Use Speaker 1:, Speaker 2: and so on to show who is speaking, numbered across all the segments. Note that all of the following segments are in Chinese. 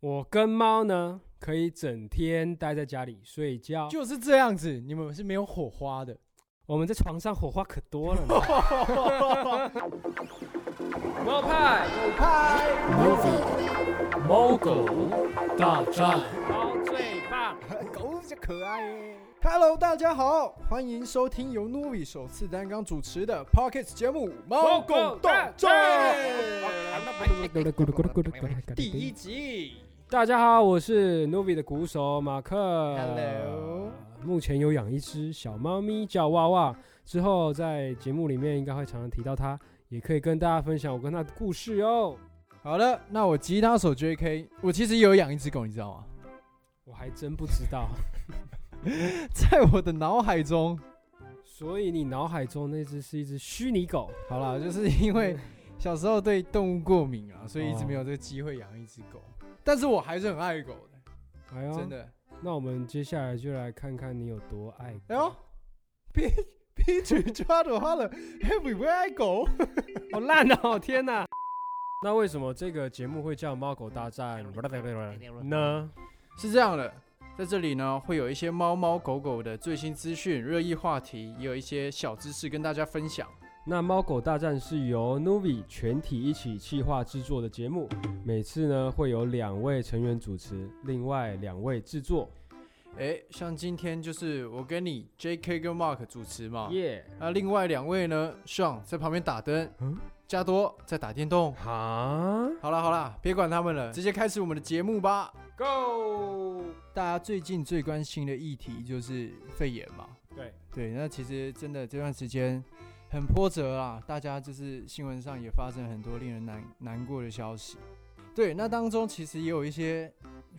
Speaker 1: 我跟猫呢可以整天待在家里睡觉，
Speaker 2: 就是这样子，你们是没有火花的。
Speaker 1: 我们在床上火花可多了呢。 猫派
Speaker 3: 猫狗大战。
Speaker 1: 猫最棒，
Speaker 2: 狗比较可爱耶。Hello，大家好，欢迎收听由诺比首次担纲主持的 Pockets 节目《猫狗大战》第一集。
Speaker 1: 大家好，我是 Novi 的鼓手马克。
Speaker 2: Hello
Speaker 1: 目前有养一只小猫咪叫娃娃，之后在节目里面应该会常常提到它，也可以跟大家分享我跟它的故事哦。
Speaker 2: 好了，那我吉他手 J.K.，我其实也有养一只狗，你知道吗？
Speaker 1: 我还真不知道，
Speaker 2: 在我的脑海中，
Speaker 1: 所以你脑海中那只是一只虚拟狗，
Speaker 2: 好啦，就是因为
Speaker 1: 嗯
Speaker 2: 小时候对动物过敏啊，所以一直没有这个机会养一只狗。但是我还是很爱狗的，
Speaker 1: 哎呦，
Speaker 2: 真。的。
Speaker 1: 那我们接下来就来看看你有多爱狗。
Speaker 2: 哎呦， 比比嘴抓的话了，还不会爱狗？
Speaker 1: 好烂哦！天哪！ 那为什么这个节目会叫《猫狗大战》呢？
Speaker 2: 是这样的，在这里呢会有一些猫猫狗狗的最新资讯、热议话题，也有一些小知识跟大家分享。
Speaker 1: 那《猫狗大战》是由 Novi 全体一起企划制作的节目，每次呢会有两位成员主持，另外两位制作。
Speaker 2: 哎，像今天就是我跟你 J.K. 跟 Mark 主持嘛，
Speaker 1: 耶！
Speaker 2: 那另外两位呢，上在旁边打灯
Speaker 1: 嗯，
Speaker 2: 加多在打电动。
Speaker 1: 哈
Speaker 2: 好啦好啦，别管他们了，直接开始我们的节目吧。
Speaker 1: ，Go！
Speaker 2: 大家最近最关心的议题就是肺炎嘛，
Speaker 1: 对，
Speaker 2: 对，那其实真的这段时间很波折啊，大家就是新闻上也发生很多令人难难过的消息。对，那当中其实也有一些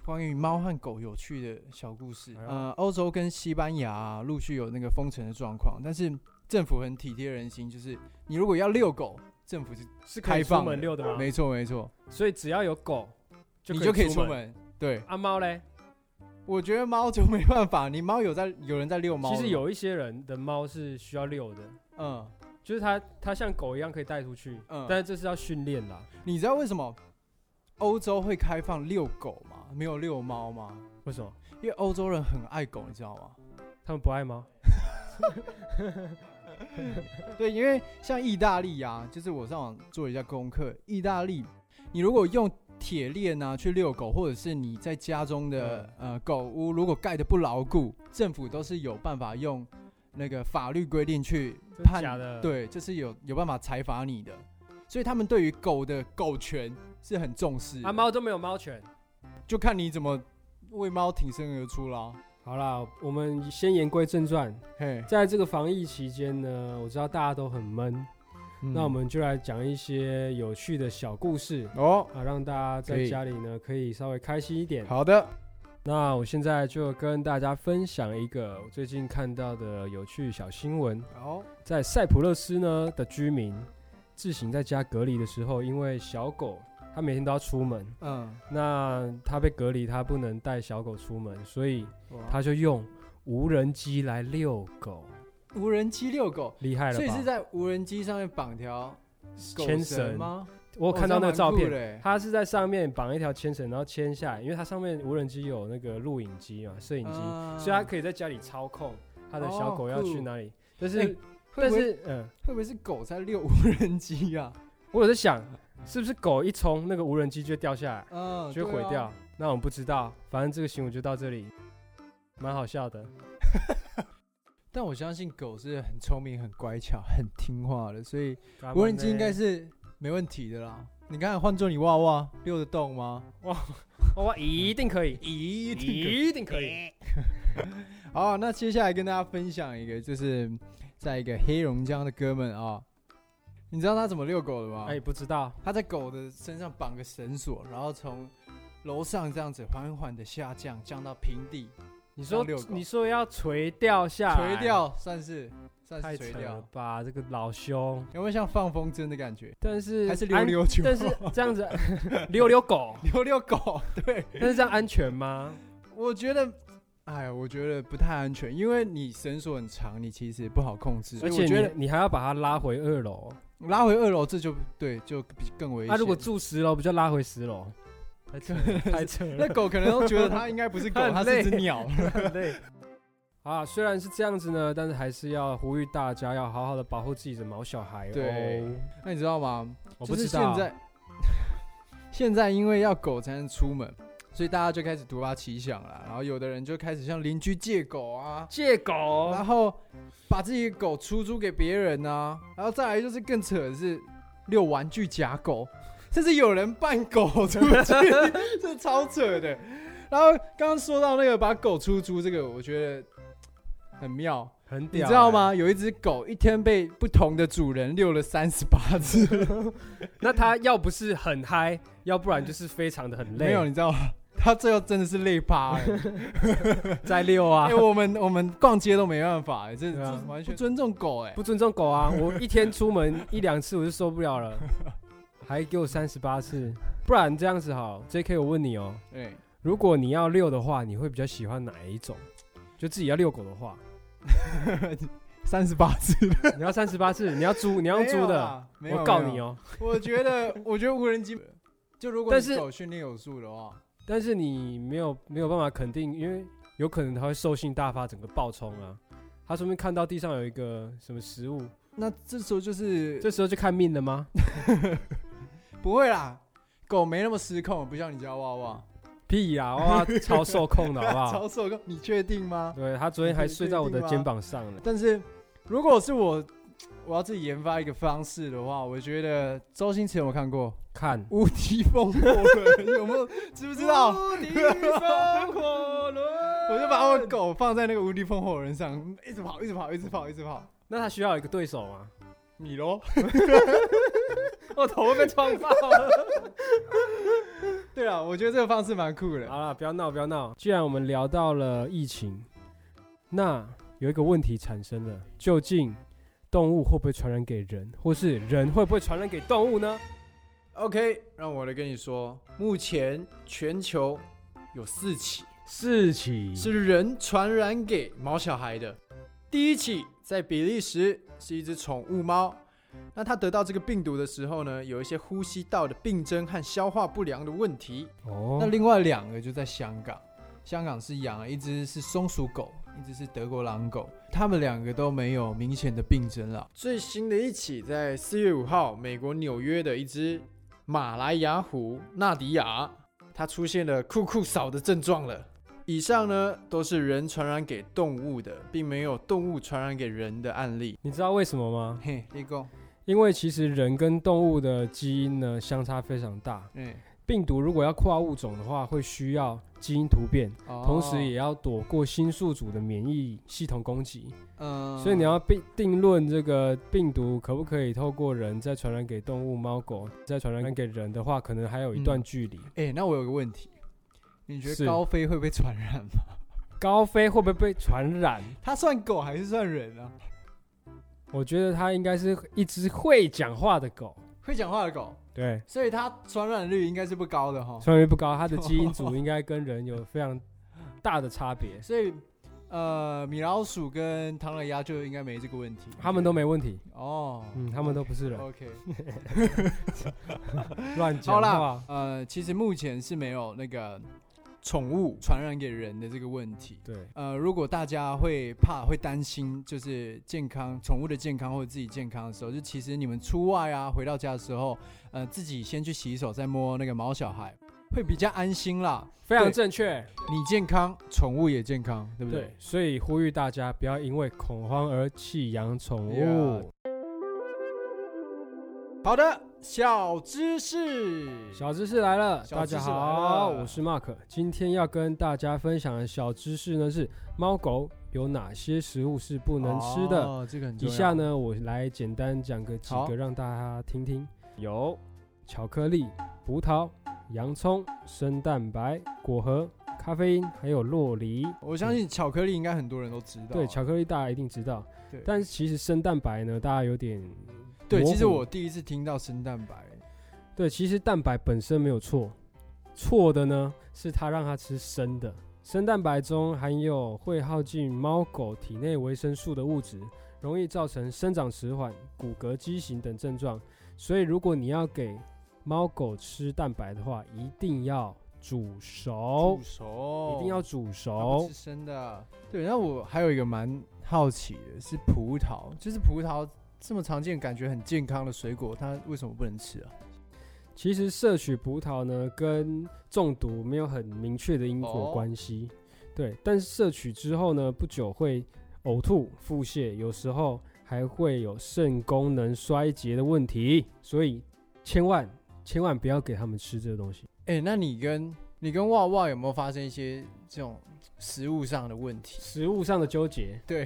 Speaker 2: 关于猫和狗有趣的小故事。
Speaker 1: 哎呦
Speaker 2: 呃，欧洲跟西班牙啊陆、续有那个封城的状况，但是政府很体贴人心，就是你如果要遛狗，政府是
Speaker 1: 是可以
Speaker 2: 开
Speaker 1: 出
Speaker 2: 放
Speaker 1: 门遛的吗？
Speaker 2: 没错没错，
Speaker 1: 所以只要有狗，
Speaker 2: 你就可以出
Speaker 1: 出。
Speaker 2: 门。对，
Speaker 1: 啊，猫嘞？
Speaker 2: 我觉得猫就没办法，你猫有在有人在遛猫，
Speaker 1: 其实，有一些人的猫是需要遛的，
Speaker 2: 嗯，
Speaker 1: 就是它它像狗一样可以带出去，
Speaker 2: 嗯
Speaker 1: 但是这是要训练啦。
Speaker 2: 你知道为什么欧洲会开放遛狗吗？没有遛猫吗？
Speaker 1: 为什么？
Speaker 2: 因为欧洲人很爱狗，你知道吗？
Speaker 1: 他们不爱猫？
Speaker 2: 对，因为像意大利啊，就是我上网做了一下功课，意大利，你如果用铁链啊去遛狗，或者是你在家中的、呃狗屋如果盖的不牢固，政府都是有办法用那个法律规定去
Speaker 1: 真
Speaker 2: 判
Speaker 1: 假的？，
Speaker 2: 对，就是有有办法裁罚你的，所以他们对于狗的狗权是很重视的。
Speaker 1: 啊，猫都没有猫权。
Speaker 2: 就看你怎么为猫挺身而出啦。
Speaker 1: 好啦，我们先言归正传，
Speaker 2: 嘿，
Speaker 1: 在这个防疫期间呢，我知道大家都很闷，
Speaker 2: 嗯
Speaker 1: 那我们就来讲一些有趣的小故事
Speaker 2: 哦，
Speaker 1: 啊，让大家
Speaker 2: 可
Speaker 1: 在
Speaker 2: 以
Speaker 1: 家里呢可以稍微开心一点。
Speaker 2: 好的，
Speaker 1: 那我现在就跟大家分享一个我最近看到的有趣小新闻，
Speaker 2: 好，
Speaker 1: 在塞浦路斯呢的居民自行在家隔离的时候，因为小狗它每天都要出门，
Speaker 2: 嗯，
Speaker 1: 那它被隔离，它不能带小狗出门，所以
Speaker 2: 他
Speaker 1: 他就用无人机来遛狗，
Speaker 2: 无人机遛狗，
Speaker 1: 厉害了吧？
Speaker 2: 所以是在无人机上面绑条狗
Speaker 1: 牵
Speaker 2: 绳
Speaker 1: 绳？
Speaker 2: 吗？
Speaker 1: 我有
Speaker 2: 哦
Speaker 1: 看到那个照，
Speaker 2: 这样蛮酷
Speaker 1: 片，
Speaker 2: 的欸
Speaker 1: 他是在上面绑一条牵绳，然后牵下来，因为它上面无人机有那个录影机嘛，摄影机，
Speaker 2: 啊
Speaker 1: 所以他可以在家里操控他的小狗
Speaker 2: 哦
Speaker 1: 要去
Speaker 2: 酷
Speaker 1: 哪里。但是，
Speaker 2: 哎会
Speaker 1: 但
Speaker 2: 不会
Speaker 1: 是，嗯，
Speaker 2: 会不会是狗在遛无人机啊呀？
Speaker 1: 我有在想，是不是狗一冲，那个无人机就会掉下来，
Speaker 2: 嗯，
Speaker 1: 就会
Speaker 2: 对
Speaker 1: 毁
Speaker 2: 啊
Speaker 1: 掉？。那我们不知道，反正这个新闻就到这里，蛮好笑的。
Speaker 2: 但我相信狗是很聪明、很乖巧、很听话的，所以无人机应该是没问题的啦。你看，换做你娃娃遛得动吗？
Speaker 1: 哦，我一定可以，
Speaker 2: 咦
Speaker 1: 一定可以。
Speaker 2: 好，那接下来跟大家分享一个，就是在一个黑龙江的哥们啊、你知道他怎么遛狗的吗？
Speaker 1: 哎，不知道，
Speaker 2: 他在狗的身上绑个绳索，然后从楼上这样子缓缓的下降，降到平地，
Speaker 1: 你说
Speaker 2: 当遛狗
Speaker 1: 你说要垂掉下来，
Speaker 2: 垂，掉算是算
Speaker 1: 太
Speaker 2: 是
Speaker 1: 扯
Speaker 2: 垂
Speaker 1: 了
Speaker 2: 掉，
Speaker 1: 吧，这个老兄。
Speaker 2: 有没有像放风筝的感觉？
Speaker 1: 但是
Speaker 2: 还是溜
Speaker 1: 安，
Speaker 2: 溜球？
Speaker 1: 但是这样子溜溜狗，
Speaker 2: 溜溜狗，对，
Speaker 1: 但是这样安全吗？
Speaker 2: 我觉得。哎呀，我觉得不太安全，因为你绳索很长，你其实不好控制。
Speaker 1: 而
Speaker 2: 所以
Speaker 1: 且
Speaker 2: 我觉得
Speaker 1: 你你还要把它拉回二楼，
Speaker 2: 拉回二楼，这就对，就比更危险。
Speaker 1: 啊他如果住十楼，不就拉回十楼？太扯 了，太扯了
Speaker 2: 那狗可能都觉得它应该不是狗，
Speaker 1: 很
Speaker 2: 它是只
Speaker 1: 累
Speaker 2: 鸟。
Speaker 1: 很累。啊，虽然是这样子呢，但是还是要呼吁大家要好好的保护自己的毛小孩哦。
Speaker 2: 对那你知道吗？
Speaker 1: 我
Speaker 2: 就
Speaker 1: 不
Speaker 2: 是
Speaker 1: 知
Speaker 2: 现
Speaker 1: 道。
Speaker 2: 在，现在因为要狗才能出门，所以大家就开始突发奇想了。然后有的人就开始向邻居借狗啊，
Speaker 1: 借狗
Speaker 2: 然后把自己的狗出租给别人啊。然后再来就是更扯的是遛玩具假狗，甚至有人扮狗出去， 这超扯的。然后刚刚说到那个把狗出租这个，我觉得很妙。
Speaker 1: 很屌、
Speaker 2: 你知道？吗？有一只狗一天被不同的主人遛了三十八 次，
Speaker 1: 欸那他要不是很嗨，要不然就是非常的很累。
Speaker 2: 没有，你知道吗？ 它最后真的是累趴了、
Speaker 1: 在遛啊，
Speaker 2: 因为我们我们逛街都没办法、欸，这、
Speaker 1: 对啊
Speaker 2: 这完全不尊重狗哎、
Speaker 1: 不尊重狗啊！我一天出门一两次我就受不了了，还给我三十八次。不然这样子好，J.K. 我问你哦，
Speaker 2: 对、
Speaker 1: 如果你要遛的话，你会比较喜欢哪一种？就自己要遛狗的话，
Speaker 2: 三十八 次，
Speaker 1: 你要三十八次，你要租，你要用租的，
Speaker 2: 没有啊啦，
Speaker 1: 我告你
Speaker 2: 哦。
Speaker 1: 哦。
Speaker 2: 我觉得，我觉得无人机，就如果
Speaker 1: 但
Speaker 2: 你
Speaker 1: 是
Speaker 2: 狗训练有素的话，
Speaker 1: 但是你没有没有办法肯定，因为有可能它会兽性大发，整个暴冲啊。它说不定看到地上有一个什么食物，
Speaker 2: 那这时候就是
Speaker 1: 这时候就看命了吗？
Speaker 2: 不会啦，狗没那么失控，不像你家娃娃，
Speaker 1: 屁呀、哇， 超受控的好不好？
Speaker 2: 超受控，你确定吗？
Speaker 1: 对，它昨天还睡在我的肩膀上呢。
Speaker 2: 但是如果是我，我要自己研发一个方式的话，我觉得周星驰有没有看过《
Speaker 1: 看，
Speaker 2: 无敌风火轮》？有没有？知不知道？ 我就把我狗放在那个无敌风火轮上，一直跑，一直跑，一直跑，一直跑。
Speaker 1: 那他需要有一个对手 吗？
Speaker 2: 你咯，
Speaker 1: 我头会被撞爆。
Speaker 2: 对啊，我觉得这个方式蛮酷的。
Speaker 1: 好了，不要闹，不要闹。既然我们聊到了疫情，那有一个问题产生了：究竟动物会不会传染给人，或是人会不会传染给动物呢？
Speaker 2: OK，让我来跟你说，目前全球有四起
Speaker 1: 四起
Speaker 2: 是人传染给毛小孩的。第一起在比利时是一只宠物猫，那它得到这个病毒的时候呢，有一些呼吸道的病症和消化不良的问题。那
Speaker 1: 哦，
Speaker 2: 另外两个就在香港，香港是养了一只是松鼠狗，一只是德国狼狗，它们两个都没有明显的病征了。最新的一起在四月五号，美国纽约的一只马来亚虎纳迪亚，它出现了酷酷嫂的症状了。以上呢都是人传染给动物的，并没有动物传染给人的案例。
Speaker 1: 你知道为什么吗？
Speaker 2: 嘿，立功，
Speaker 1: 因为其实人跟动物的基因呢相差非常大。
Speaker 2: 嗯，
Speaker 1: 病毒如果要跨物种的话，会需要基因突变，
Speaker 2: 哦
Speaker 1: 同时也要躲过新宿主的免疫系统攻击。
Speaker 2: 嗯
Speaker 1: 所以你要定定论这个病毒可不可以透过人再传染给动物、猫狗，再传染给人的话，可能还有一段距离。
Speaker 2: 哎、那我有个问题，你觉
Speaker 1: 是
Speaker 2: 得高飞会被传染吗？
Speaker 1: 高飞会不会被传染？
Speaker 2: 它算狗还是算人啊？
Speaker 1: 我觉得它应该是一只会讲话的狗，
Speaker 2: 会讲话的狗，
Speaker 1: 对，
Speaker 2: 所以它传染率应该是不高的哈。
Speaker 1: 传染率不高，它的基因组应该跟人有非常大的差别，
Speaker 2: 所以，呃，米老鼠跟唐老鸭就应该没这个问题。
Speaker 1: 他们都没问题，
Speaker 2: 哦，
Speaker 1: 嗯，他们都不是人，
Speaker 2: OK，
Speaker 1: 乱讲
Speaker 2: 好
Speaker 1: 话
Speaker 2: 啦，，呃，其实目前是没有那个宠物传染给人的这个问题。
Speaker 1: 对，
Speaker 2: 呃，如果大家会怕、会担心，就是健康宠物的健康或者自己健康的时候，就其实你们出外啊，回到家的时候，呃，自己先去洗手，再摸那个毛小孩，会比较安心啦。
Speaker 1: 非常正确，
Speaker 2: 你健康，宠物也健康，对不对
Speaker 1: 对？，所以呼吁大家不要因为恐慌而弃养宠物
Speaker 2: Yeah。好的，小知识，
Speaker 1: 小知识来了，
Speaker 2: 小
Speaker 1: 大
Speaker 2: 知识
Speaker 1: 家
Speaker 2: 来
Speaker 1: 好，
Speaker 2: 了
Speaker 1: 我是 Mark。今天要跟大家分享的小知识呢是，猫狗有哪些食物是不
Speaker 2: 不
Speaker 1: 能吃的。
Speaker 2: 哦、这个很重
Speaker 1: 以
Speaker 2: 要
Speaker 1: 下，呢，我来简单讲个几
Speaker 2: 好
Speaker 1: 个让大家听听。有巧克力、葡萄、洋葱、生蛋白、果核、咖啡因，还有洛梨。
Speaker 2: 我相信巧克力应该很多人都知道啊。
Speaker 1: 对，巧克力大家一定知道，
Speaker 2: 对，
Speaker 1: 但是其实生蛋白呢，大家有点
Speaker 2: 对，
Speaker 1: 模糊
Speaker 2: 其实我第一次听到生蛋白，
Speaker 1: 对，其实蛋白本身没有错，错的呢是它让它吃生的。生蛋白中含有会耗尽猫狗体内维生素的物质，容易造成生长迟缓、骨骼畸形等症状。所以，如果你要给猫狗吃蛋白的话，一定要煮熟
Speaker 2: 煮，熟，
Speaker 1: 哦一定要煮
Speaker 2: 它不
Speaker 1: 熟
Speaker 2: 是。生的。对，然后我还有一个蛮好奇的是葡萄，就是葡萄这么常见，感觉很健康的水果，它为什么不能吃啊？
Speaker 1: 其实摄取葡萄呢，跟中毒没有很明确的因果
Speaker 2: 哦
Speaker 1: 关系。对，但是摄取之后呢，不久会呕吐、腹泻，有时候还会有肾功能衰竭的问题，所以千万千万不要给他们吃这个东西。
Speaker 2: 哎、那你跟你跟哇哇有没有发生一些这种食物上的问题？
Speaker 1: 食物上的纠结，
Speaker 2: 对，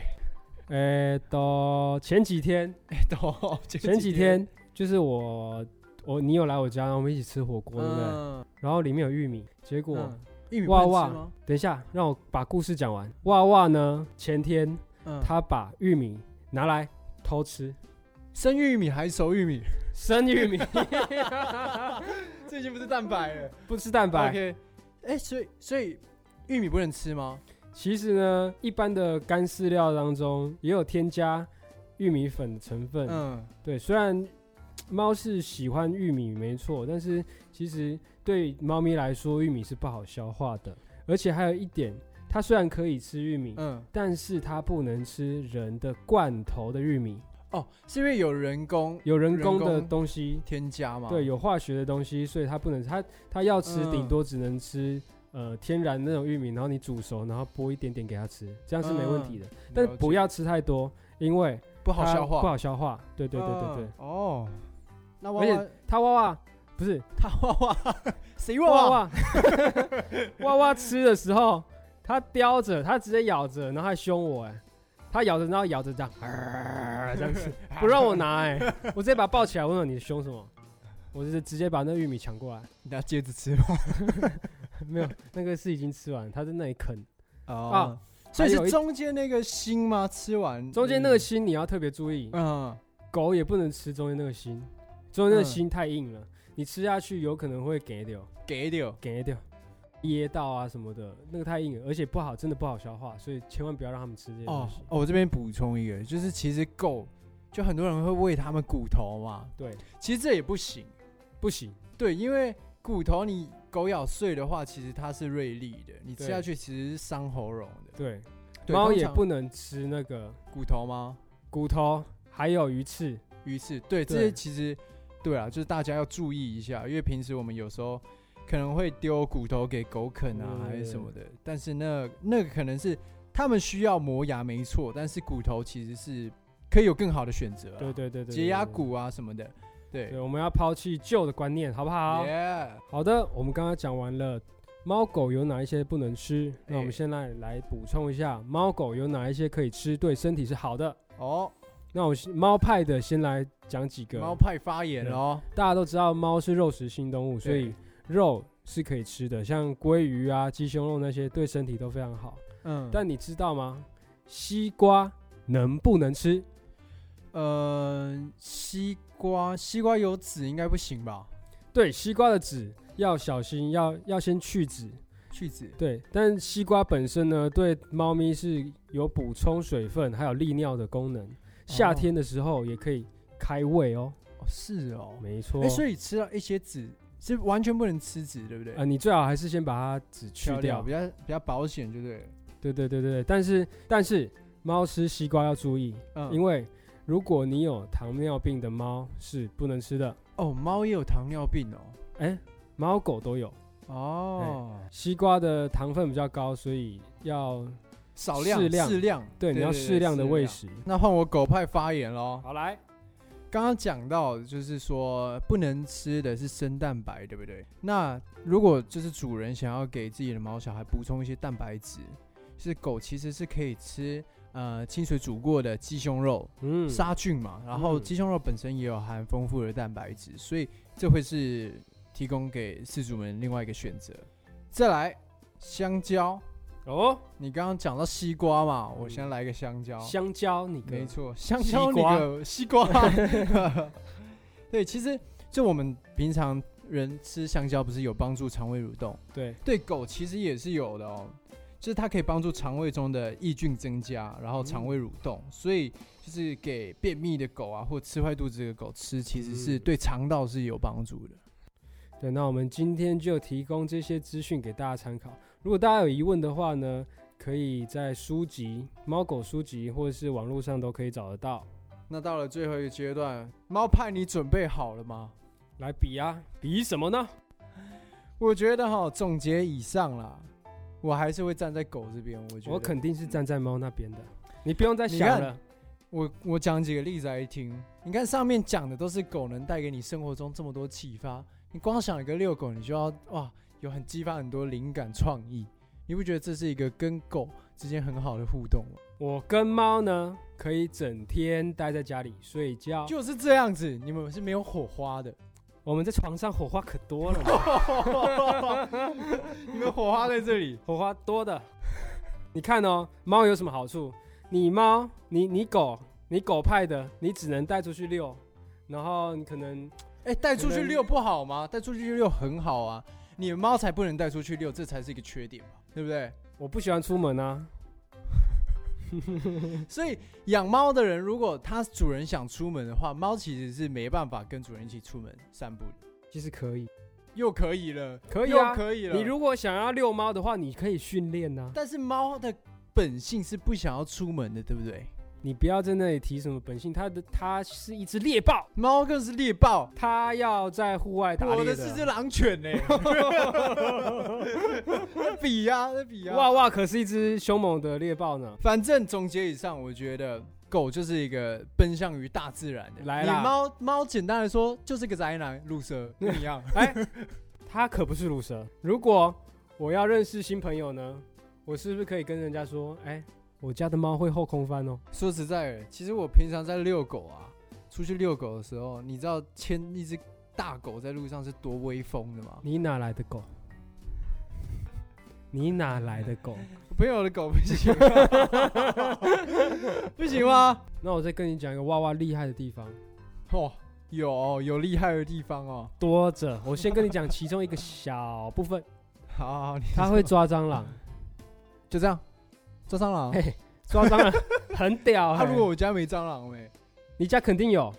Speaker 1: 呃，到前几天，
Speaker 2: 哎、都
Speaker 1: 前几天就是我我你有来我家，然后我们一起吃火锅，对不对？
Speaker 2: 嗯，
Speaker 1: 然后里面有玉米，结果、
Speaker 2: 嗯玉米
Speaker 1: 哇
Speaker 2: 不能吃
Speaker 1: 哇
Speaker 2: 吗
Speaker 1: 等一下让我把故事讲完。哇哇呢，前天
Speaker 2: 嗯，
Speaker 1: 他把玉米拿来偷吃，
Speaker 2: 生玉米还是熟玉米？
Speaker 1: 生玉米
Speaker 2: 这已经不是蛋白了。
Speaker 1: 不吃蛋白。
Speaker 2: OK，哎、所以所以玉米不能吃吗？
Speaker 1: 其实呢，一般的干饲料当中也有添加玉米粉的成分，
Speaker 2: 嗯，
Speaker 1: 对，虽然猫是喜欢玉米没错，但是其实对猫咪来说，玉米是不好消化的。而且还有一点，它虽然可以吃玉米，
Speaker 2: 嗯，
Speaker 1: 但是它不能吃人的罐头的玉米，
Speaker 2: 哦，是因为有人工
Speaker 1: 有人
Speaker 2: 人
Speaker 1: 工的
Speaker 2: 工
Speaker 1: 东西，
Speaker 2: 添加嘛？
Speaker 1: 对，有化学的东西，所以它不能，它它要吃，顶
Speaker 2: 嗯
Speaker 1: 多只能吃。呃，天然那种玉米，然后你煮熟，然后剥一点点给它吃，这样是没问题的。
Speaker 2: 嗯了解，
Speaker 1: 但是不要吃太多，因为
Speaker 2: 不好
Speaker 1: 它
Speaker 2: 消化，
Speaker 1: 不好消化。对对对对对
Speaker 2: 嗯。哦，那娃
Speaker 1: 而且
Speaker 2: 娃
Speaker 1: 它娃娃不是
Speaker 2: 他娃娃 谁
Speaker 1: 娃
Speaker 2: 娃娃？
Speaker 1: 娃 娃娃吃的时候，它叼着，它直接咬着，然后还凶我哎，它咬着，然后咬 着这样， 啊这样子不让我拿哎，我直接把它抱起来，我说你凶什么？我就是直接把那玉米抢过来，
Speaker 2: 你拿接着吃吧。
Speaker 1: 没有，那个是已经吃完，它在那里啃。
Speaker 2: 哦，所以是中间那个心吗？吃完
Speaker 1: 中间那个心你要特别注意，
Speaker 2: 嗯，
Speaker 1: 狗也不能吃中间那个心，中间那个
Speaker 2: 嗯
Speaker 1: 心太硬了，你吃下去有可能会给掉。
Speaker 2: 给掉。
Speaker 1: 给掉、噎到啊什么的，那个太硬了，而且不好，真的不好消化，所以千万不要让他们吃这些
Speaker 2: 哦
Speaker 1: 东西。
Speaker 2: 哦，我这边补充一个，就是其实狗，就很多人会喂它们骨头嘛，
Speaker 1: 对，
Speaker 2: 其实这也不行。
Speaker 1: 不行，
Speaker 2: 对，因为骨头你狗咬碎的话，其实它是锐利的，你吃
Speaker 1: 对
Speaker 2: 下去其实是伤喉咙的。
Speaker 1: 对，
Speaker 2: 对
Speaker 1: 猫
Speaker 2: 通
Speaker 1: 也
Speaker 2: 常
Speaker 1: 不能吃那个
Speaker 2: 骨头吗？
Speaker 1: 骨头，还有鱼翅。
Speaker 2: 鱼翅，对，这
Speaker 1: 对
Speaker 2: 些其实对啊，就是大家要注意一下，因为平时我们有时候可能会丢骨头给狗啃啊，
Speaker 1: 嗯
Speaker 2: 还是什么的，但是那那个可能是它们需要磨牙没错，但是骨头其实是可以有更好的选择啊、
Speaker 1: 对对对对，
Speaker 2: 解压
Speaker 1: 对。
Speaker 2: 骨啊什么的，对
Speaker 1: 对，我们要抛弃旧的观念，好不好
Speaker 2: Yeah
Speaker 1: 好的，我们刚刚讲完了。猫狗有哪一些不能吃？那我们
Speaker 2: 哎
Speaker 1: 现在来补充一下，猫狗有哪一些可以吃，对身体是好的。
Speaker 2: 哦，
Speaker 1: 那我先猫派的先来讲几个。
Speaker 2: 猫派发言
Speaker 1: 对
Speaker 2: 哦，
Speaker 1: 大家都知道猫是肉食性动物，
Speaker 2: 对
Speaker 1: 所以肉是可以吃的，像鲑鱼啊、鸡胸肉那些对身体都非常好。
Speaker 2: 嗯，
Speaker 1: 但你知道吗？西瓜能不能吃？
Speaker 2: 呃，西瓜西瓜有籽应该不行吧？
Speaker 1: 对，西瓜的籽要小心，要要先去籽。
Speaker 2: 去籽
Speaker 1: 对，但西瓜本身呢，对猫咪是有补充水分还有利尿的功能，夏天的时候也可以开胃哦。
Speaker 2: 哦是哦，
Speaker 1: 没错，
Speaker 2: 哎、所以吃到一些籽是完全不能吃籽，对不对？
Speaker 1: 啊、你最好还是先把它籽去
Speaker 2: 挑
Speaker 1: 掉
Speaker 2: 比。较比较保险，对不对了？
Speaker 1: 对对对对对，但是但是猫吃西瓜要注意，
Speaker 2: 嗯，
Speaker 1: 因
Speaker 2: 为
Speaker 1: 为如果你有糖尿病的猫是不能吃的，
Speaker 2: 哦，猫也有糖尿病哦。
Speaker 1: 哎，猫狗都有。
Speaker 2: 哦，
Speaker 1: 西瓜的糖分比较高，所以要
Speaker 2: 少量
Speaker 1: 适量
Speaker 2: 适量，
Speaker 1: 对你要适量的喂。食。
Speaker 2: 那换我狗派发言喽。
Speaker 1: 好来，
Speaker 2: 刚刚讲到就是说不能吃的是生蛋白，对不对？那如果就是主人想要给自己的毛小孩补充一些蛋白质，是狗其实是可以吃呃清水煮过的鸡胸肉，
Speaker 1: 嗯，
Speaker 2: 杀菌嘛，然后
Speaker 1: 嗯
Speaker 2: 鸡胸肉本身也有含丰富的蛋白质，所以这会是提供给饲主们另外一个选择。再来，香蕉，
Speaker 1: 哦，
Speaker 2: 你刚刚讲到西瓜嘛，我
Speaker 1: 嗯
Speaker 2: 先来一个香蕉，
Speaker 1: 香蕉你
Speaker 2: 没
Speaker 1: 跟
Speaker 2: 错，香蕉
Speaker 1: 嗯西
Speaker 2: 那
Speaker 1: 瓜
Speaker 2: 个西瓜， 对，其实就我们平常人吃香蕉不是有帮助肠胃蠕动，
Speaker 1: 对
Speaker 2: 对狗其实也是有的哦，就是它可以帮助肠胃中的益菌增加，然
Speaker 1: 嗯
Speaker 2: 后肠胃蠕动，所以就是给便秘的狗啊，或吃坏肚子的狗吃，其实是
Speaker 1: 嗯
Speaker 2: 对肠道是有帮助的。
Speaker 1: 对，那我们今天就提供这些资讯给大家参考。如果大家有疑问的话呢，可以在书籍、猫狗书籍或者是网络上都可以找得到。
Speaker 2: 那到了最后一个阶段，猫派你准备好了吗？
Speaker 1: 来比啊，比什么呢？
Speaker 2: 我觉得哈，总结以上啦，我还是会站在狗这边。我觉得
Speaker 1: 我肯定是站在猫那边的，你不用再
Speaker 2: 你
Speaker 1: 想
Speaker 2: 看
Speaker 1: 了。
Speaker 2: 我我讲几个例子来听。你看上面讲的都是狗能带给你生活中这么多启发，你光想一个遛狗，你就要哇，有很激发很多灵感创意。你不觉得这是一个跟狗之间很好的互动吗？
Speaker 1: 我跟猫呢，可以整天待在家里睡觉，
Speaker 2: 就是这样子，你们是没有火花的，
Speaker 1: 我们在床上火花可多了嘛，
Speaker 2: 你们火花在这里。
Speaker 1: 火花多的。你看哦，猫有什么好处？你猫，你你狗，你狗派的，你只能带出去遛，然后你可能
Speaker 2: 哎、带出去遛不好吗？带出去遛很好啊，你的猫才不能带出去遛，这才是一个缺点嘛，对不对？
Speaker 1: 我不喜欢出门啊，
Speaker 2: 所以养猫的人，如果它主人想出门的话，猫其实是没办法跟主人一起出门散步的。
Speaker 1: 其实可以，
Speaker 2: 又可以了，
Speaker 1: 可以
Speaker 2: 又
Speaker 1: 啊。
Speaker 2: 可以了。
Speaker 1: 你如果想要遛猫的话，你可以训练啊呐。
Speaker 2: 但是猫的本性是不想要出门的，对不对？
Speaker 1: 你不要在那里提什么本性，它的它是一只猎豹，
Speaker 2: 猫更是猎豹，
Speaker 1: 它要在户外打
Speaker 2: 我
Speaker 1: 猎
Speaker 2: 的是只狼犬 呢、比呀、那比呀、
Speaker 1: 哇哇，可是一只凶猛的猎豹呢。
Speaker 2: 反正总结以上，我觉得狗就是一个奔向于大自然的。
Speaker 1: 来
Speaker 2: 你
Speaker 1: 啦
Speaker 2: 猫猫简单来说就是个宅男、入蛇跟你一样。
Speaker 1: 哎，他可不是乳蛇。如果我要认识新朋友呢，我是不是可以跟人家说，哎，我家的猫会后空翻哦？
Speaker 2: 说实在的，其实我平常在遛狗啊，出去遛狗的时候，你知道牵一只大狗在路上是多威风的吗？
Speaker 1: 你哪来的狗？你哪来的狗？
Speaker 2: 我朋友的 狗不行 吗，不行吗？
Speaker 1: 那我再跟你讲一个哇哇厉害的地方，
Speaker 2: 哦，有哦有厉害的地方哦。
Speaker 1: 多着。我先跟你讲其中一个小部分，
Speaker 2: 好好好，你
Speaker 1: 它会抓蟑 螂，
Speaker 2: 就这样抓蟑螂。
Speaker 1: 嘿抓蟑螂很屌、
Speaker 2: 啊，
Speaker 1: 欸。
Speaker 2: 如果我家没蟑螂没，
Speaker 1: 你家肯定有，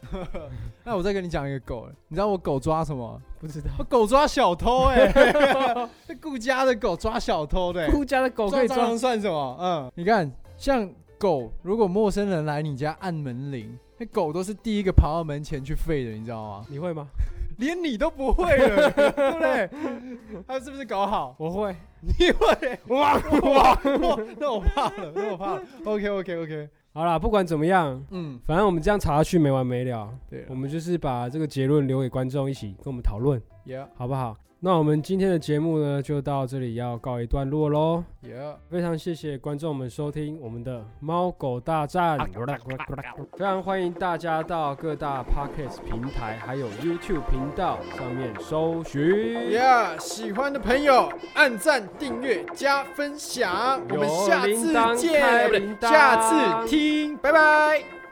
Speaker 2: 那我再跟你讲一个狗，你知道我狗抓什么？
Speaker 1: 不知道。
Speaker 2: 我 狗抓小偷 哎、欸，这顾家的狗抓小偷的欸、
Speaker 1: 顾家的狗可以
Speaker 2: 抓
Speaker 1: 抓
Speaker 2: 蟑螂算什么？嗯，你看，像狗，如果陌生人来你家按门铃，那狗都是第一个跑到门前去吠的，你知道吗？
Speaker 1: 你会吗？
Speaker 2: 连你都不会 了，对不对？他是不是搞好？
Speaker 1: 我会。
Speaker 2: 你会？哇哇哇！那我怕了，那我怕了。OK OK OK。
Speaker 1: 好啦，不管怎么样，
Speaker 2: 嗯，
Speaker 1: 反正我们这样吵下去没完没了。
Speaker 2: 对
Speaker 1: 我们就是把这个结论留给观众一起跟我们讨论，
Speaker 2: ，Yeah
Speaker 1: 好不好？那我们今天的节目呢，就到这里要告一段落喽。
Speaker 2: Yeah。
Speaker 1: 非常谢谢观众们收听我们的猫狗大战，非常欢迎大家到各大 podcast 平台还有 YouTube 频道上面搜寻。
Speaker 2: Yeah，喜欢的朋友按赞、订阅、加分享，我们
Speaker 1: 有
Speaker 2: 下
Speaker 1: 铃铛
Speaker 2: 次
Speaker 1: 开
Speaker 2: 见，不
Speaker 1: 铃
Speaker 2: 对
Speaker 1: 铛
Speaker 2: 下次听，拜拜。